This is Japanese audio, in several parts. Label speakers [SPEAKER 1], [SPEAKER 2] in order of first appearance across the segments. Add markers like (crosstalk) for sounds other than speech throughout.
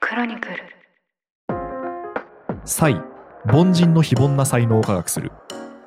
[SPEAKER 1] クロニクル
[SPEAKER 2] 才凡人の非凡な才能を科学する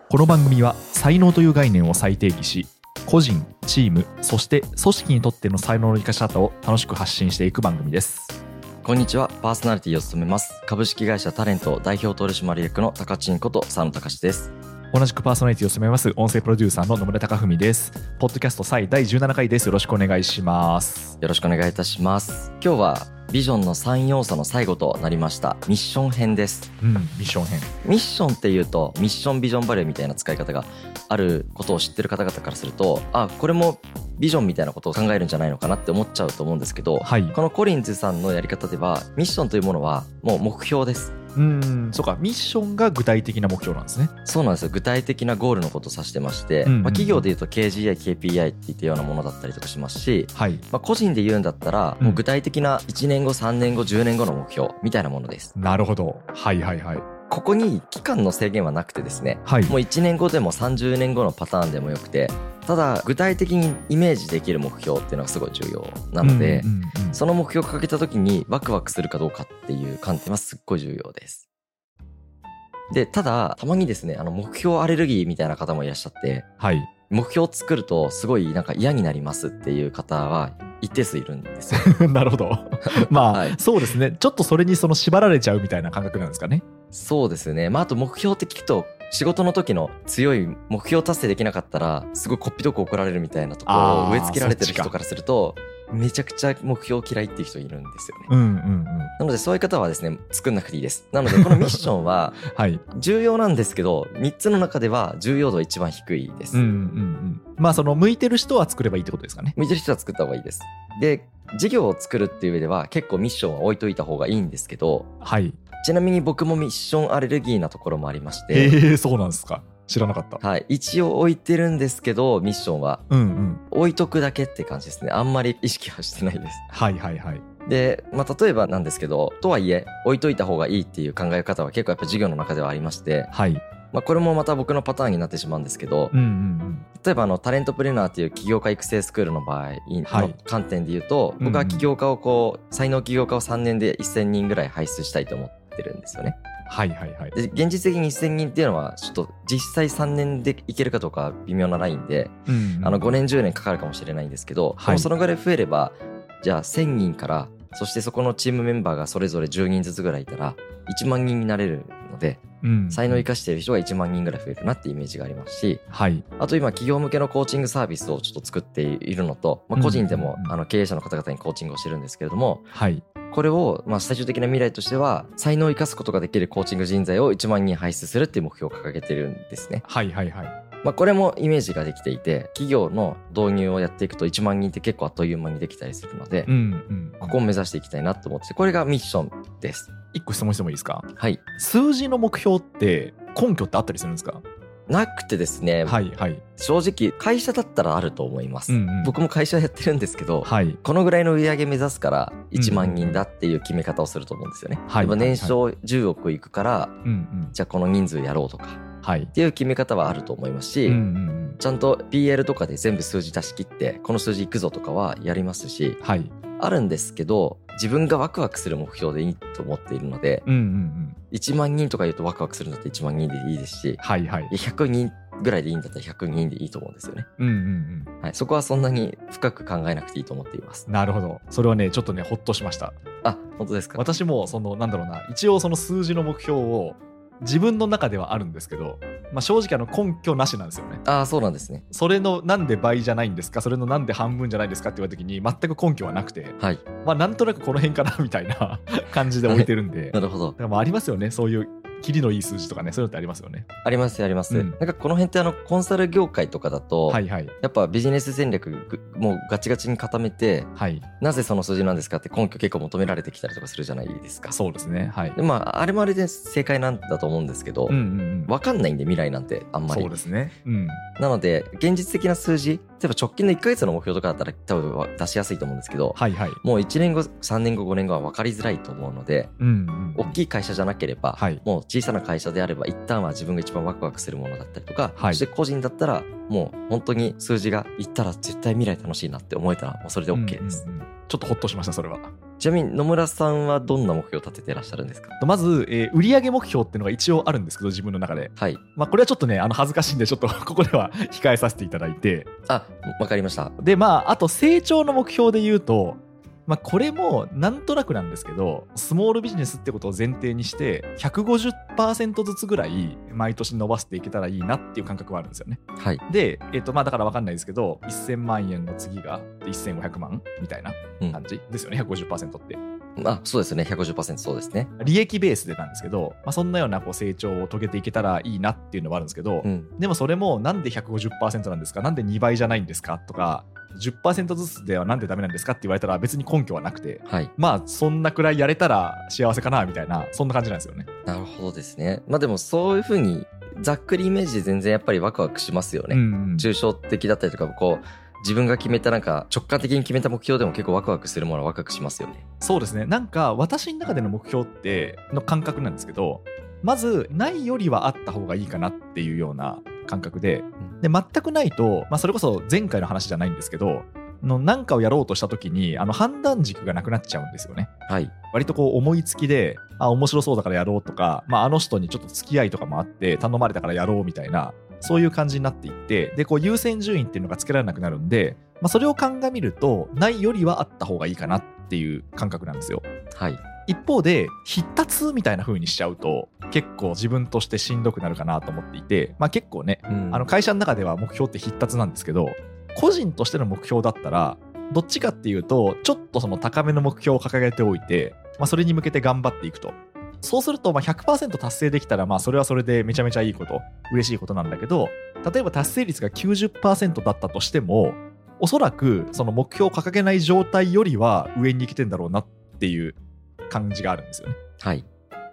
[SPEAKER 2] この番組は才能という概念を再定義し個人チームそして組織にとっての才能の生かし方を楽しく発信していく番組です
[SPEAKER 3] こんにちは、パーソナリティを務めます。株式会社タレント代表取締役の高知んこと佐野隆です。
[SPEAKER 2] 同じくパーソナリティを務めます音声プロデューサーの野村貴文ですポッドキャスト才第17回ですよろしくお願いします
[SPEAKER 3] よろしくお願いいたします。今日はビジョンの3要素の最後となりましたミッション編です。
[SPEAKER 2] うんミッション編
[SPEAKER 3] ミッションっていうとミッションビジョンバレーみたいな使い方があることを知ってる方々からすると、あ、これもビジョンみたいなことを考えるんじゃないのかなって思っちゃうと思うんですけど、
[SPEAKER 2] はい
[SPEAKER 3] このコリンズさんのやり方ではミッションというものはもう目標です。
[SPEAKER 2] うんそうかミッションが具体的な目標なんですね
[SPEAKER 3] そうなんですよ具体的なゴールのことを指してまして、
[SPEAKER 2] うんうんうん
[SPEAKER 3] まあ、企業でいうと KGI、KPI っていったようなものだったりとかしますし、
[SPEAKER 2] はい
[SPEAKER 3] まあ、個人で言うんだったら、
[SPEAKER 2] うん
[SPEAKER 3] もう具体的な1年後、3年後、10年後の目標みたいなものです。
[SPEAKER 2] なるほどはいはいはい
[SPEAKER 3] ここに期間の制限はなくてですね、
[SPEAKER 2] はい
[SPEAKER 3] もう1年後でも30年後のパターンでもよくて、ただ具体的にイメージできる目標っていうのがすごい重要なので、
[SPEAKER 2] うんうんうん
[SPEAKER 3] その目標を掲げた時にワクワクするかどうかっていう観点はすっごい重要です。で、ただ、たまにですね、あの、目標アレルギーみたいな方もいらっしゃって、
[SPEAKER 2] はい (laughs)
[SPEAKER 3] 目標を作るとすごいなんか嫌になりますっていう方は一定数いるんですよ。
[SPEAKER 2] なるほど。まあ、
[SPEAKER 3] はい
[SPEAKER 2] そうですね。ちょっとそれにその縛られちゃうみたいな感覚なんですかね。
[SPEAKER 3] そうですね。まあ、あと目標って聞くと、仕事の時の強い目標達成できなかったら、すごいこっぴどく怒られるみたいなとこ
[SPEAKER 2] あー
[SPEAKER 3] を植え付けられてる
[SPEAKER 2] そっち
[SPEAKER 3] 人
[SPEAKER 2] か
[SPEAKER 3] からすると、めちゃくちゃ目標嫌いっていう人いるんですよね。
[SPEAKER 2] うんうんうん。
[SPEAKER 3] なのでそういう方はですね、作んなくていいです。なのでこのミッションは
[SPEAKER 2] はい。
[SPEAKER 3] 重要なんですけど、3つの中では重要度一番低いです。
[SPEAKER 2] うんうんうん。まあその向いてる人は作ればいいってことですかね。
[SPEAKER 3] 向いてる人は作った方がいいです。で、事業を作るっていう上では結構ミッションは置いといた方がいいんですけど、
[SPEAKER 2] はい。
[SPEAKER 3] ちなみに僕もミッションアレルギーなところもありまし
[SPEAKER 2] ええ
[SPEAKER 3] て、
[SPEAKER 2] そうなんですか。知らなかった。
[SPEAKER 3] はい、一応置いてるんですけど、ミッションは
[SPEAKER 2] うんうん。
[SPEAKER 3] 置いとくだけって感じですね。あんまり意識はしてないです。
[SPEAKER 2] はいはいはい。
[SPEAKER 3] で、まあ、例えばなんですけど、とはいえ、置いといた方がいいっていう考え方は結構やっぱ事業の中ではありまして、
[SPEAKER 2] はい。
[SPEAKER 3] まあ、これもまた僕のパターンになってしまうんですけど
[SPEAKER 2] う、んうん
[SPEAKER 3] 例えばあのタレントプレーナーっていう起業家育成スクールの場合
[SPEAKER 2] は
[SPEAKER 3] の
[SPEAKER 2] い
[SPEAKER 3] 観点で言うと、
[SPEAKER 2] うんうん
[SPEAKER 3] 僕は起業家をこう才能起業家を3年で1000人ぐらい輩出したいと思ってるんですよね。
[SPEAKER 2] うん。はいはいはい。
[SPEAKER 3] で現実的に1000人っていうのはちょっと実際3年でいけるかどうかは微妙なラインで、
[SPEAKER 2] うんうん
[SPEAKER 3] あの5年10年かかるかもしれないんですけど、
[SPEAKER 2] はい
[SPEAKER 3] でもそのぐらい増えればじゃあ1000人からそしてそこのチームメンバーがそれぞれ10人ずつぐらいいたら1万人になれるので
[SPEAKER 2] うん
[SPEAKER 3] 才能を生かしている人が1万人ぐらい増えるなってイメージがありますし
[SPEAKER 2] はい。
[SPEAKER 3] あと今企業向けのコーチングサービスをちょっと作っているのと、まあ、個人で
[SPEAKER 2] う
[SPEAKER 3] も
[SPEAKER 2] んうんうん
[SPEAKER 3] あの経営者の方々にコーチングをしてるんですけれども
[SPEAKER 2] はい。
[SPEAKER 3] これをまあ最終的な未来としては才能を生かすことができるコーチング人材を1万人輩出するっていう目標を掲げてるんですね。
[SPEAKER 2] はいはいはい。
[SPEAKER 3] まあ、これもイメージができていて企業の導入をやっていくと1万人って結構あっという間にできたりするので、
[SPEAKER 2] うんうん。
[SPEAKER 3] ここを目指していきたいなと思っててこれがミッションです。
[SPEAKER 2] 一個質問してもいいですか
[SPEAKER 3] はい、
[SPEAKER 2] 数字の目標って根拠ってあったりするんですか
[SPEAKER 3] なくてですね、
[SPEAKER 2] はいはい。
[SPEAKER 3] 正直会社だったらあると思います。
[SPEAKER 2] うんうん
[SPEAKER 3] 僕も会社やってるんですけど、
[SPEAKER 2] はい。
[SPEAKER 3] このぐらいの売り上げ目指すから1
[SPEAKER 2] うん
[SPEAKER 3] 万人だっていう決め方をすると思うんですよね。
[SPEAKER 2] はい
[SPEAKER 3] 例えば年商10億いくから
[SPEAKER 2] うんうん。
[SPEAKER 3] じゃあこの人数やろうとかっ
[SPEAKER 2] はい。
[SPEAKER 3] ていう決め方はあると思いますし、
[SPEAKER 2] うんうんうん。
[SPEAKER 3] ちゃんと PL とかで全部数字出し切ってこの数字いくぞとかはやりますし
[SPEAKER 2] はい。
[SPEAKER 3] あるんですけど自分がワクワクする目標でいいと思っているので
[SPEAKER 2] うんうんうん。
[SPEAKER 3] 1万人とか言うとワクワクするんだって1万人でいいですしい
[SPEAKER 2] はいはい
[SPEAKER 3] や。100人ぐらいでいいんだったら100人でいいと思うんですよね。
[SPEAKER 2] うんうんうん。
[SPEAKER 3] はい、そこはそんなに深く考えなくていいと思っています。
[SPEAKER 2] なるほど。それはね、ちょっとね、ほっとしました。
[SPEAKER 3] あ本当ですか
[SPEAKER 2] 私も、その、なんだろうな、一応その数字の目標を自分の中ではあるんですけど、まあ、正直、あの、根拠なしなんですよね。
[SPEAKER 3] ああそうなんですね。
[SPEAKER 2] それのなんで倍じゃないんですか、それのなんで半分じゃないですかって言われた時に、全く根拠はなくて、
[SPEAKER 3] はい
[SPEAKER 2] まあ、なんとなくこの辺かなみたいな (laughs) 感じで置いてるんで、
[SPEAKER 3] な
[SPEAKER 2] だか
[SPEAKER 3] るほど。
[SPEAKER 2] らまあ、ありますよね、そういう、キリのいい数字とかね、そういうのってありますよね。
[SPEAKER 3] ありますあります。
[SPEAKER 2] うん
[SPEAKER 3] なんかこの辺ってあのコンサル業界とかだと、
[SPEAKER 2] はいはい。
[SPEAKER 3] やっぱビジネス戦略ぐもうガチガチに固めて
[SPEAKER 2] はい。
[SPEAKER 3] なぜその数字なんですかって根拠結構求められてきたりとかするじゃないですか。
[SPEAKER 2] そうですね。はい
[SPEAKER 3] で。まああれもあれで正解なんだと思うんですけど、
[SPEAKER 2] うんうんうん。
[SPEAKER 3] わかんないんで未来なんてあんま
[SPEAKER 2] そ
[SPEAKER 3] り
[SPEAKER 2] うですね。うん。
[SPEAKER 3] なので現実的な数字例えば直近の1ヶ月の目標とかだったら多分出しやすいと思うんですけど、
[SPEAKER 2] はいはい。
[SPEAKER 3] もう1年後3年後5年後は分かりづらいと思うので
[SPEAKER 2] うんうん、
[SPEAKER 3] 大きい会社じゃなければ、
[SPEAKER 2] はい
[SPEAKER 3] もう小さな会社であれば一旦は自分が一番ワクワクするものだったりとか、
[SPEAKER 2] はい
[SPEAKER 3] そして個人だったらもう本当に数字がいったら絶対未来楽しいなって思えたらもうそれで OK です、
[SPEAKER 2] うんうんうんちょっとほっとしました、それは。
[SPEAKER 3] ちなみに野村さんはどんな目標を立ててらっしゃるんですか
[SPEAKER 2] とまず、えー売上目標っていうのが一応あるんですけど、自分の中で。
[SPEAKER 3] はい。
[SPEAKER 2] まあ、これはちょっとね、あの恥ずかしいんで、ちょっと (laughs) ここでは控えさせていただいて。
[SPEAKER 3] あ、わかりました。
[SPEAKER 2] で、まあ、あと成長の目標で言うと、まあ、これもなんとなくなんですけど、スモールビジネスってことを前提にして、150%ずつぐらい毎年伸ばしていけたらいいなっていう感覚はあるんですよね。
[SPEAKER 3] はい。
[SPEAKER 2] で、えっと、まあ、だからわかんないですけど、1000万円の次が1500万みたいな
[SPEAKER 3] うん
[SPEAKER 2] 感じですよね、150%って。
[SPEAKER 3] あ、そうですね。150%そうですね。
[SPEAKER 2] 利益ベースでなんですけど、まあ、そんなようなこう成長を遂げていけたらいいなっていうのはあるんですけど、
[SPEAKER 3] うん。
[SPEAKER 2] でもそれもなんで150%なんですかなんで2倍じゃないんですかとか10%ずつではなんでダメなんですかって言われたら別に根拠はなくて
[SPEAKER 3] はい。
[SPEAKER 2] まあそんなくらいやれたら幸せかなみたいなそんな感じなんですよね。
[SPEAKER 3] なるほどですね。まあでもそういうふうに、ざっくりイメージで全然やっぱりワクワクしますよね。
[SPEAKER 2] うんうん
[SPEAKER 3] 抽象的だったりとか、こう、自分が決めたなんか直感的に決めた目標でも結構ワクワクするものはワクワクしますよね。
[SPEAKER 2] そうですねなんか私の中での目標っての感覚なんですけどまずないよりはあった方がいいかなっていうような感覚でで全くないと、まあ、それこそ前回の話じゃないんですけどのなんかをやろうとした時にあの判断軸がなくなっちゃうんですよね。
[SPEAKER 3] はい。
[SPEAKER 2] 割とこう思いつきで、あ、面白そうだからやろうとか、まあ、あの人にちょっと付き合いとかもあって、頼まれたからやろうみたいな、そういう感じになっていって、で、こう優先順位っていうのがつけられなくなるんで、まあ、それを鑑みると、ないよりはあった方がいいかなっていう感覚なんですよ。
[SPEAKER 3] はい。
[SPEAKER 2] 一方で、必達みたいな風にしちゃうと、結構自分としてしんどくなるかなと思っていて、まあ、結構ね、
[SPEAKER 3] うん
[SPEAKER 2] あの会社の中では目標って必達なんですけど個人としての目標だったらどっちかっていうとちょっとその高めの目標を掲げておいて、まあ、それに向けて頑張っていくとそうするとまあ100%達成できたらまあそれはそれでめちゃめちゃいいこと嬉しいことなんだけど例えば達成率が90%だったとしてもおそらくその目標を掲げない状態よりは上に来てんだろうなっていう感じがあるんですよね。
[SPEAKER 3] はい。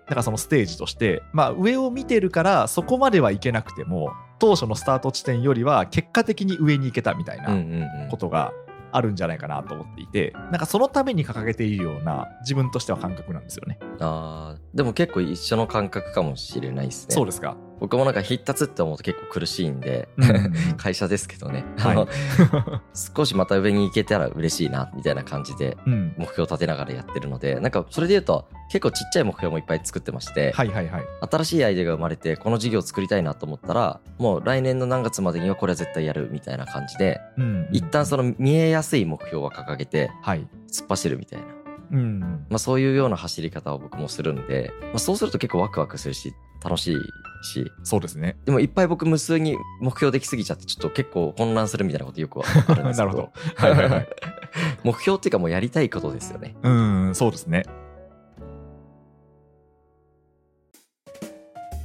[SPEAKER 2] だからそのステージとして、まあ、上を見てるからそこまではいけなくても当初のスタート地点よりは結果的に上に行けたみたい
[SPEAKER 3] うんう
[SPEAKER 2] なん
[SPEAKER 3] うん
[SPEAKER 2] こ。とがあるんじゃないかなと思っていてなんかそのために掲げているような自分としては感覚なんですよね。
[SPEAKER 3] あーでも結構一緒の感覚かもしれないですね。
[SPEAKER 2] そうです
[SPEAKER 3] (laughs)
[SPEAKER 2] か。
[SPEAKER 3] 僕もなんか必達って思うと結構苦しいんで、 (laughs) 会社ですけどね、
[SPEAKER 2] はい
[SPEAKER 3] あの少しまた上に行けたら嬉しいなみたいな感じで
[SPEAKER 2] うん、
[SPEAKER 3] 目標を立てながらやってるのでなんかそれで言うと結構ちっちゃい目標もいっぱい作ってまして、
[SPEAKER 2] はいはいはい。
[SPEAKER 3] 新しいアイデアが生まれてこの事業を作りたいなと思ったらもう来年の何月までにはこれは絶対やるみたいな感じで、
[SPEAKER 2] うん
[SPEAKER 3] 一旦その見えやすい目標は掲げて
[SPEAKER 2] はい。
[SPEAKER 3] 突っ走るみたいな、
[SPEAKER 2] うん、
[SPEAKER 3] まあ、そういうような走り方を僕もするんで、まあ、そうすると結構ワクワクするし楽しいし
[SPEAKER 2] そうですね。
[SPEAKER 3] でもいっぱい僕無数に目標できすぎちゃってちょっと結構混乱するみたいなことよくあるんですけ
[SPEAKER 2] なる
[SPEAKER 3] ど
[SPEAKER 2] ほどはいはいはい。
[SPEAKER 3] (laughs) 目標っていうかもうやりたいことですよね
[SPEAKER 2] うん、そうですね。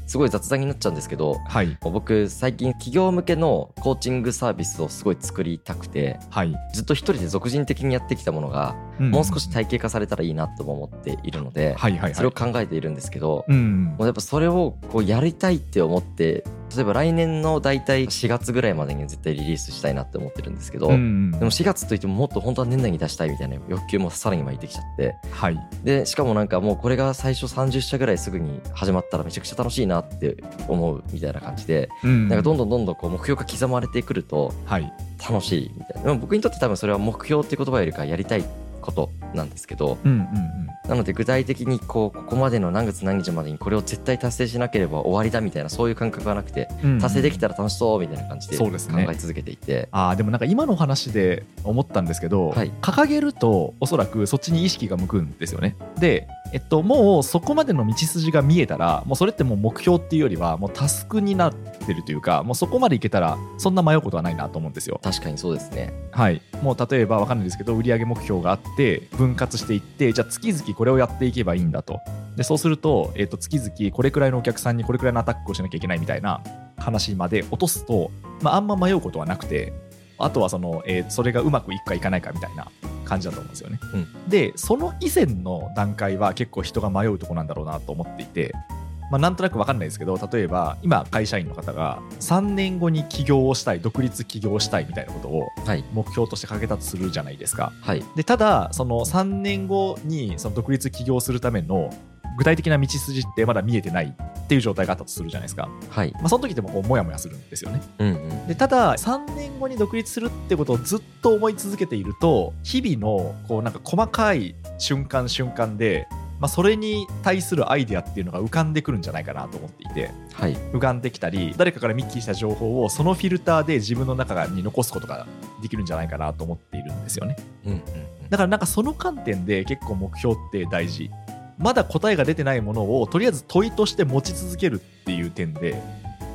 [SPEAKER 3] すごい雑談になっちゃうんですけど
[SPEAKER 2] はい
[SPEAKER 3] 僕最近企業向けのコーチングサービスをすごい作りたくて
[SPEAKER 2] はい。
[SPEAKER 3] ずっと一人で俗人的にやってきたものがもう少し体系化されたらいいなとも思っているので
[SPEAKER 2] はいはいはい。
[SPEAKER 3] それを考えているんですけど
[SPEAKER 2] うん
[SPEAKER 3] もう、やっぱそれをこうやりたいって思って例えば来年の大体4月ぐらいまでには絶対リリースしたいなって思ってるんですけど、
[SPEAKER 2] うん、
[SPEAKER 3] でも4月といってももっと本当は年内に出したいみたいな欲求もさらに湧いてきちゃって
[SPEAKER 2] はい。
[SPEAKER 3] でしかもなんかもうこれが最初30社ぐらいすぐに始まったらめちゃくちゃ楽しいなって思うみたいな感じで
[SPEAKER 2] うん
[SPEAKER 3] なんかどんどんどんどんこう目標が刻まれてくると
[SPEAKER 2] はい。
[SPEAKER 3] 楽しいみたいなでも僕にとって多分それは目標っていう言葉よりかやりたいことなんですけど
[SPEAKER 2] うんうんうん。
[SPEAKER 3] なので具体的にこうここまでの何月何日までにこれを絶対達成しなければ終わりだみたいなそういう感覚がなくて達成できたら楽しそうみたいな感じで
[SPEAKER 2] そ
[SPEAKER 3] 考
[SPEAKER 2] うですね
[SPEAKER 3] え続けていて、
[SPEAKER 2] あーでもなんか今の話で思ったんですけど、
[SPEAKER 3] はい
[SPEAKER 2] 掲げるとおそらくそっちに意識が向くんですよね。で、えっと、もうそこまでの道筋が見えたらもうそれってもう目標っていうよりはもうタスクになってるというかもうそこまでいけたらそんな迷うことはないなと思うんですよ。
[SPEAKER 3] 確かにそうですね
[SPEAKER 2] はい、もう例えばわかんないですけど売上目標があって分割していってじゃあ月々これをやっていけばいいんだとでそうすると,、えっと月々これくらいのお客さんにこれくらいのアタックをしなきゃいけないみたいな話まで落とすと、まあ、あんま迷うことはなくてあとはその、えーそれがうまくいくかいかないかみたいな感じだと思うんですよね、
[SPEAKER 3] う
[SPEAKER 2] でその以前の段階は結構人が迷うとこなんだろうなと思っていて、まあ、なんとなくわかんないですけど例えば今会社員の方が3年後に起業をしたい独立起業したいみたいなことを
[SPEAKER 3] はい
[SPEAKER 2] 目標として掲げたとするじゃないですか。
[SPEAKER 3] はい
[SPEAKER 2] でただその3年後にその独立起業するための具体的な道筋ってまだ見えてないっていう状態があったとするじゃないですか、ま
[SPEAKER 3] はい。
[SPEAKER 2] あ、その時でもこうモヤモヤするんですよね
[SPEAKER 3] うんうん。
[SPEAKER 2] でただ3年後に独立するってことをずっと思い続けていると日々のこうなんか細かい瞬間瞬間で、まあ、それに対するアイデアっていうのが浮かんでくるんじゃないかなと思っていて
[SPEAKER 3] はい。
[SPEAKER 2] 浮かんできたり誰かから見聞きした情報をそのフィルターで自分の中に残すことができるんじゃないかなと思っているんですよね
[SPEAKER 3] うんうん
[SPEAKER 2] だからなんかその観点で結構目標って大事まだ答えが出てないものをとりあえず問いとして持ち続けるっていう点で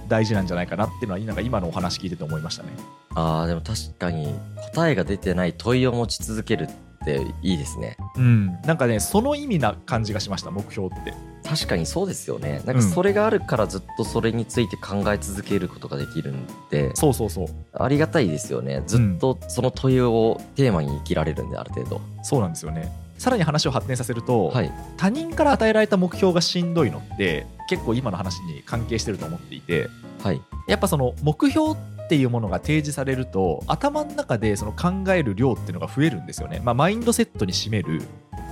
[SPEAKER 2] 大事なんじゃないかなっていうのはなんか今のお話聞いてて思いましたね
[SPEAKER 3] ああ、でも確かに答えが出てない問いを持ち続けるっていいですね。
[SPEAKER 2] うん、なんかねその意味な感じがしました目標って
[SPEAKER 3] 確かにそうですよね。なん
[SPEAKER 2] うん
[SPEAKER 3] かそれがあるからずっとそれについて考え続けることができるんで、
[SPEAKER 2] そうそうそう
[SPEAKER 3] ありがたいですよね。ずっとその問いをテーマに生きられるんで、ある程度。
[SPEAKER 2] そうなんですよねさらに話を発展させると、
[SPEAKER 3] はい。
[SPEAKER 2] 他人から与えられた目標がしんどいのって結構今の話に関係してると思っていて
[SPEAKER 3] はい。
[SPEAKER 2] やっぱその目標っていうものが提示されると頭の中でその考える量っていうのが増えるんですよね、まあ、マインドセットに占める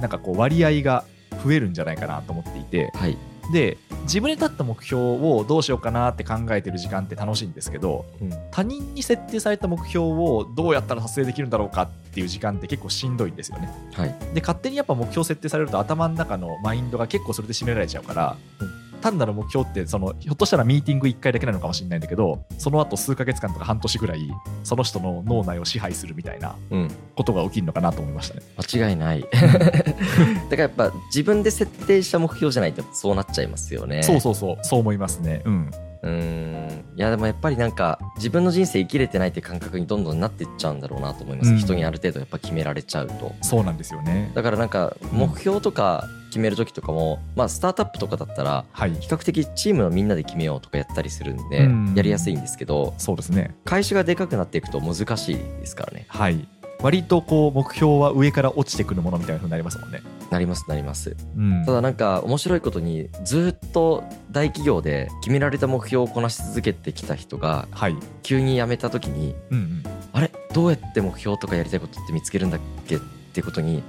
[SPEAKER 2] なんかこう割合が増えるんじゃないかなと思っていて
[SPEAKER 3] はい。
[SPEAKER 2] で自分に立った目標をどうしようかなって考えてる時間って楽しいんですけど
[SPEAKER 3] うん
[SPEAKER 2] 他人に設定された目標をどうやったら達成できるんだろうかっていう時間って結構しんどいんですよね。
[SPEAKER 3] はい。
[SPEAKER 2] で勝手にやっぱ目標設定されると頭の中のマインドが結構それで占められちゃうから、
[SPEAKER 3] う
[SPEAKER 2] 単なる目標ってそのひょっとしたらミーティング1回だけなのかもしれないんだけどその後数ヶ月間とか半年ぐらいその人の脳内を支配するみたいな
[SPEAKER 3] うん。
[SPEAKER 2] ことが起きるのかなと思いましたね。
[SPEAKER 3] 間違
[SPEAKER 2] (laughs)
[SPEAKER 3] いない。だからやっぱ自分で設定した目標じゃないとそうなっちゃいますよね。
[SPEAKER 2] そうそうそうそう思いますね。うん、
[SPEAKER 3] うーんいやでもやっぱりなんか自分の人生生きれてないって感覚にどんどんなっていっちゃうんだろうなと思います、
[SPEAKER 2] うん
[SPEAKER 3] 人にある程度やっぱ決められちゃうと
[SPEAKER 2] そうなんですよね。
[SPEAKER 3] だからなんか目標とか決める時とかも、まあスタートアップとかだったら
[SPEAKER 2] はい、
[SPEAKER 3] 比較的チームのみんなで決めようとかやったりするんで、
[SPEAKER 2] うん
[SPEAKER 3] やりやすいんですけど
[SPEAKER 2] そうですね。
[SPEAKER 3] 会社がでかくなっていくと難しいですからね
[SPEAKER 2] はい。割とこう目標は上から落ちてくるものみたいな風になりますもんね。
[SPEAKER 3] なりますなります
[SPEAKER 2] うん
[SPEAKER 3] ただなんか面白いことにずっと大企業で決められた目標をこなし続けてきた人が
[SPEAKER 2] はい。
[SPEAKER 3] 急に辞めた時に
[SPEAKER 2] うんうん。
[SPEAKER 3] あれどうやって目標とかやりたいことって見つけるんだっけってことに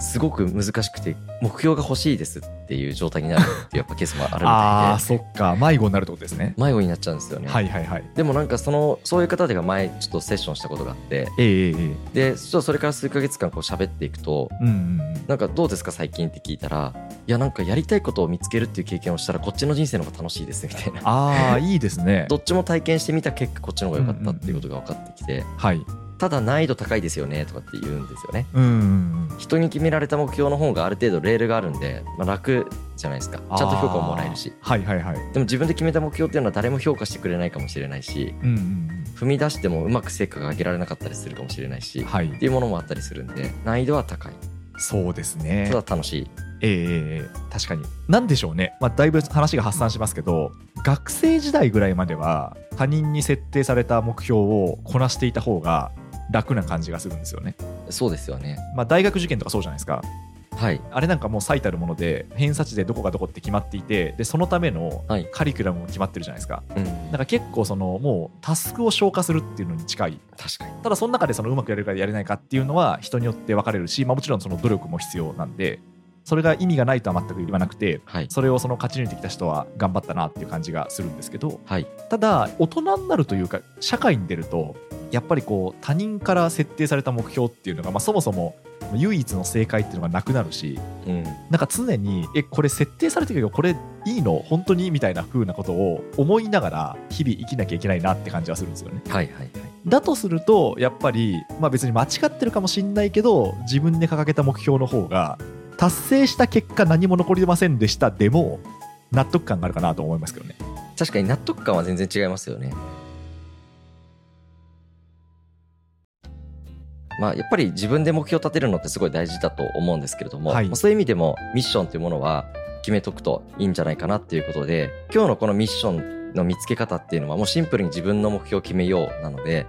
[SPEAKER 3] すごく難しくて目標が欲しいですっていう状態になるっていうやっぱケースもあるみ
[SPEAKER 2] ああ、
[SPEAKER 3] た
[SPEAKER 2] そ
[SPEAKER 3] いで
[SPEAKER 2] っか。迷子になるってことですね。
[SPEAKER 3] 迷子になっちゃうんですよね、
[SPEAKER 2] はいはいはい。
[SPEAKER 3] でもなんかそのそういう方でが前ちょっとセッションしたことがあって
[SPEAKER 2] ええええええ
[SPEAKER 3] でちょっとそれから数ヶ月間こう喋っていくと
[SPEAKER 2] うんうんうん。
[SPEAKER 3] なんかどうですか最近って聞いたらいやなんかやりたいことを見つけるっていう経験をしたらこっちの人生の方が楽しいですみたいな
[SPEAKER 2] ああ、いいですね。
[SPEAKER 3] どっちも体験してみた結果こっちの方が良かったっていうことが分かってきて
[SPEAKER 2] はい。
[SPEAKER 3] ただ難易度高いですよねとかって言うんですよね
[SPEAKER 2] うんうん
[SPEAKER 3] 人に決められた目標の方がある程度レールがあるんで、まあ、楽じゃないですかち
[SPEAKER 2] うん。
[SPEAKER 3] ゃんと評価をもらえるし
[SPEAKER 2] あー。はいはいはい。
[SPEAKER 3] でも自分で決めた目標っていうのは誰も評価してくれないかもしれないし
[SPEAKER 2] うんうん
[SPEAKER 3] 踏み出してもうまく成果が上げられなかったりするかもしれないし
[SPEAKER 2] うん。
[SPEAKER 3] っ
[SPEAKER 2] はい
[SPEAKER 3] て。いうものもあったりするんで難易度は高い
[SPEAKER 2] そうです
[SPEAKER 3] た
[SPEAKER 2] ね。
[SPEAKER 3] だ楽しい
[SPEAKER 2] ええええええ確かに。なんでしょうね。まあ、だいぶ話が発散しますけど、学生時代ぐらいまでは、他人に設定された目標をこなしていた方が楽な感じがするんですよね。
[SPEAKER 3] そうですよね
[SPEAKER 2] まあ、大学受験とかそうじゃないですか。
[SPEAKER 3] はい
[SPEAKER 2] あれなんかもう最たるもので、偏差値でどこがどこって決まっていて、で、そのための
[SPEAKER 3] はい
[SPEAKER 2] カリキュラムも決まってるじゃないですか。
[SPEAKER 3] うん
[SPEAKER 2] なんか結構その、もうタスクを消化するっていうのに近い
[SPEAKER 3] 確かに
[SPEAKER 2] ただその中でそのうまくやれるかやれないかっていうのは人によって分かれるし、まあ、もちろんその努力も必要なんでそれが意味がないとは全く言わなくて
[SPEAKER 3] はい
[SPEAKER 2] それをその勝ち抜いてきた人は頑張ったなっていう感じがするんですけど
[SPEAKER 3] はい
[SPEAKER 2] ただ大人になるというか社会に出るとやっぱりこう他人から設定された目標っていうのが、まあ、そもそも唯一の正解っていうのがなくなるし
[SPEAKER 3] うん
[SPEAKER 2] なんか常にえこれ設定されてるけどこれいいの本当にみたいな風なことを思いながら日々生きなきゃいけないなって感じはするんですよね。
[SPEAKER 3] はいはいはい
[SPEAKER 2] だとするとやっぱり、まあ、別に間違ってるかもしんないけど自分で掲げた目標の方が達成した結果何も残りませんでしたでも納得感があるかなと思いますけどね。
[SPEAKER 3] 確かに納得感は全然違いますよねまあ、やっぱり自分で目標を立てるのってすごい大事だと思うんですけれども、
[SPEAKER 2] はい
[SPEAKER 3] まあそういう意味でもミッションというものは決めとくといいんじゃないかなっていうことで今日のこのミッションの見つけ方っていうのはもうシンプルに自分の目標を決めようなので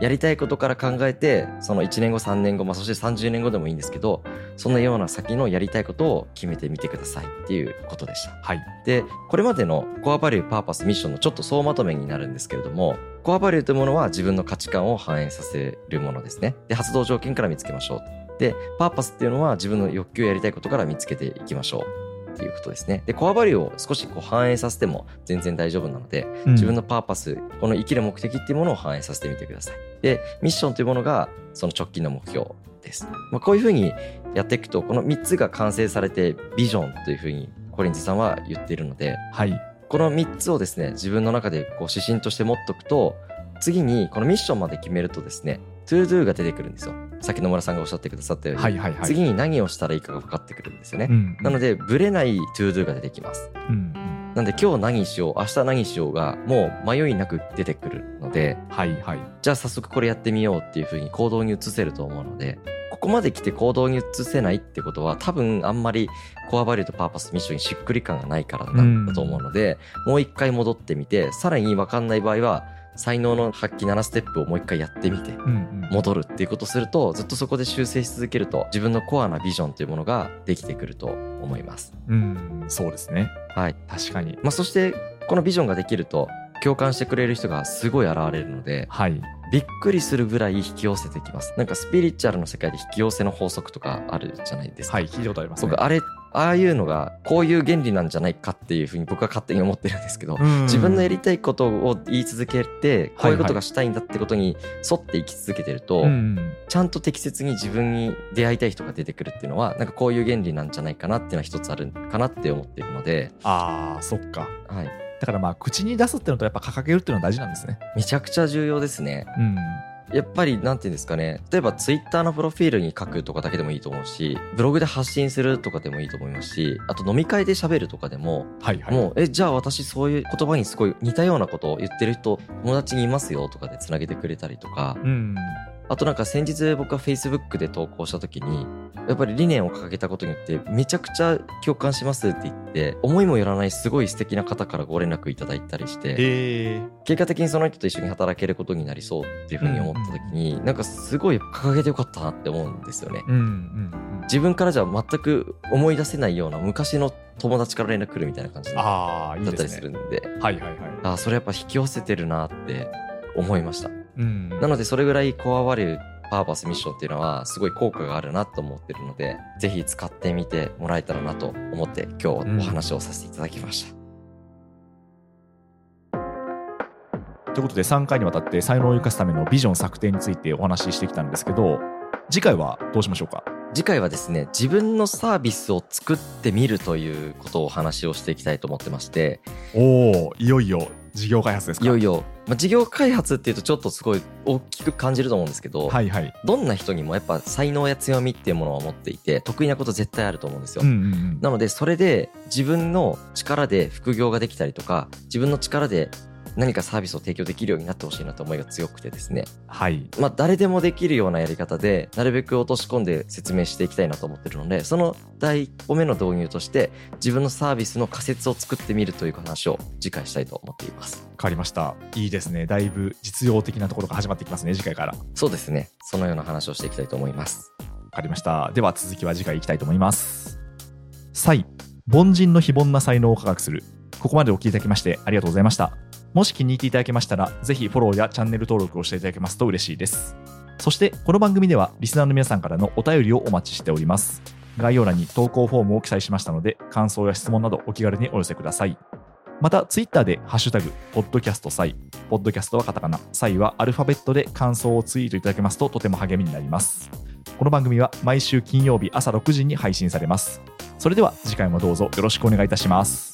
[SPEAKER 3] やりたいことから考えてその1年後3年後、まあ、そして30年後でもいいんですけどそのような先のやりたいことを決めてみてくださいっていうことでした。
[SPEAKER 2] はい、
[SPEAKER 3] でこれまでのコアバリューパーパスミッションのちょっと総まとめになるんですけれどもコアバリューというものは自分の価値観を反映させるものですねで発動条件から見つけましょうでパーパスっていうのは自分の欲求やりたいことから見つけていきましょうっていうことですね。で、コアバリューを少しこう反映させても全然大丈夫なので、
[SPEAKER 2] うん
[SPEAKER 3] 自分のパーパス、この生きる目的っていうものを反映させてみてください。で、ミッションというものがその直近の目標です。まあ、こういうふうにやっていくと、この3つが完成されてビジョンというふうにコリンズさんは言っているので、
[SPEAKER 2] はい。
[SPEAKER 3] この3つをですね、自分の中でこう指針として持っとくと、次にこのミッションまで決めるとですね、トゥードゥが出てくるんですよ。さっき野村さんがおっしゃってくださったように、
[SPEAKER 2] はいはいはい。
[SPEAKER 3] 次に何をしたらいいかが分かってくるんですよね。
[SPEAKER 2] うん、
[SPEAKER 3] なの
[SPEAKER 2] で、
[SPEAKER 3] で、ブレないトゥードゥが出てきます。
[SPEAKER 2] うんうん
[SPEAKER 3] なんで、今日何しよう、明日何しようが、もう迷いなく出てくるので、
[SPEAKER 2] はいはい。
[SPEAKER 3] じゃあ早速これやってみようっていう風に行動に移せると思うので、ここまで来て行動に移せないってことは、多分あんまりコアバリューとパーパスミッションにしっくり感がないからなんだと思うので、もう一回戻ってみて、さらに分かんない場合は、才能の発揮7ステップをもう一回やってみて、
[SPEAKER 2] うんうん、
[SPEAKER 3] 戻るっていうことをするとずっとそこで修正し続けると自分のコアなビジョンというものができてくると思います、
[SPEAKER 2] うん、そうですね。
[SPEAKER 3] はい
[SPEAKER 2] 確かに。
[SPEAKER 3] まあ、そしてこのビジョンができると共感してくれる人がすごい現れるので
[SPEAKER 2] はい。
[SPEAKER 3] びっくりするぐらい引き寄せてきますなんかスピリチュアルの世界で引き寄せの法則とかあるじゃないですか、
[SPEAKER 2] はい、聞いたことあります、ね。
[SPEAKER 3] 僕あれああいうのがこういう原理なんじゃないかっていうふうに僕は勝手に思ってるんですけど、
[SPEAKER 2] うん
[SPEAKER 3] 自分のやりたいことを言い続けてこういうことがしたいんだってことに沿って生き続けてると、
[SPEAKER 2] うん
[SPEAKER 3] ちゃんと適切に自分に出会いたい人が出てくるっていうのはなんかこういう原理なんじゃないかなっていうのは一つあるかなって思っているので、
[SPEAKER 2] ああ、そっか。
[SPEAKER 3] はい、
[SPEAKER 2] だからまあ、口に出すってのと、やっぱ掲げるっていうのは大事なんですね。
[SPEAKER 3] めちゃくちゃ重要ですね
[SPEAKER 2] うん。
[SPEAKER 3] やっぱりなんていうんですかね例えばツイッターのプロフィールに書くとかだけでもいいと思うしブログで発信するとかでもいいと思いますしあと飲み会で喋るとかでも
[SPEAKER 2] はいはい。
[SPEAKER 3] もうえじゃあ私そういう言葉にすごい似たようなことを言ってる人友達にいますよとかでつなげてくれたりとか
[SPEAKER 2] うん。
[SPEAKER 3] あとなんか先日僕は Facebook で投稿した時にやっぱり理念を掲げたことによってめちゃくちゃ共感しますって言って思いもよらないすごい素敵な方からご連絡いただいたりして
[SPEAKER 2] ええ
[SPEAKER 3] 結果的にその人と一緒に働けることになりそうっていうふうに思った時になんかすごい掲げてよかったなって思うんですよね。
[SPEAKER 2] うんうんうん。
[SPEAKER 3] 自分からじゃ全く思い出せないような昔の友達から連絡来るみたいな感じだっ
[SPEAKER 2] ああ、いい
[SPEAKER 3] た
[SPEAKER 2] で
[SPEAKER 3] りす
[SPEAKER 2] す
[SPEAKER 3] る
[SPEAKER 2] ね。
[SPEAKER 3] んで
[SPEAKER 2] はいはいはい。
[SPEAKER 3] あそれやっぱ引き寄せてるなって思いました。
[SPEAKER 2] うん。
[SPEAKER 3] なのでそれぐらいコアバリューパーパスミッションっていうのはすごい効果があるなと思ってるのでぜひ使ってみてもらえたらなと思って今日お話をさせていただきました、
[SPEAKER 2] ということで3回にわたって才能を生かすためのビジョン策定についてお話ししてきたんですけど次回はどうしましょうか
[SPEAKER 3] 次回はですね自分のサービスを作ってみるということをお話をしていきたいと思ってまして
[SPEAKER 2] おおいよいよ事業開発ですか
[SPEAKER 3] いよいよ、まあ、事業開発っていうとちょっとすごい大きく感じると思うんですけど、
[SPEAKER 2] はいはい
[SPEAKER 3] どんな人にもやっぱ才能や強みっていうものを持っていて得意なこと絶対あると思うんですよ、
[SPEAKER 2] うんうんうん
[SPEAKER 3] なのでそれで自分の力で副業ができたりとか自分の力で何かサービスを提供できるようになってほしいなと思いが強くてですね、
[SPEAKER 2] はい
[SPEAKER 3] まあ、誰でもできるようなやり方でなるべく落とし込んで説明していきたいなと思ってるのでその第1歩目の導入として自分のサービスの仮説を作ってみるという話を次回したいと思っています
[SPEAKER 2] 変わりましたいいですねだいぶ実用的なところが始まってきますね次回から分
[SPEAKER 3] そうですねそのような話をしていきたいと思います
[SPEAKER 2] かりましたでは続きは次回いきたいと思います才凡人の非凡な才能を科学するここまでお聞きいただきましてありがとうございましたもし気に入っていただけましたらぜひフォローやチャンネル登録をしていただけますと嬉しいですそしてこの番組ではリスナーの皆さんからのお便りをお待ちしております概要欄に投稿フォームを記載しましたので感想や質問などお気軽にお寄せくださいまたツイッターで「ハッシュタグポッドキャストサイ」ポッドキャストはカタカナサイはアルファベットで感想をツイートいただけますととても励みになりますこの番組は毎週金曜日朝6時に配信されますそれでは次回もどうぞよろしくお願いいたします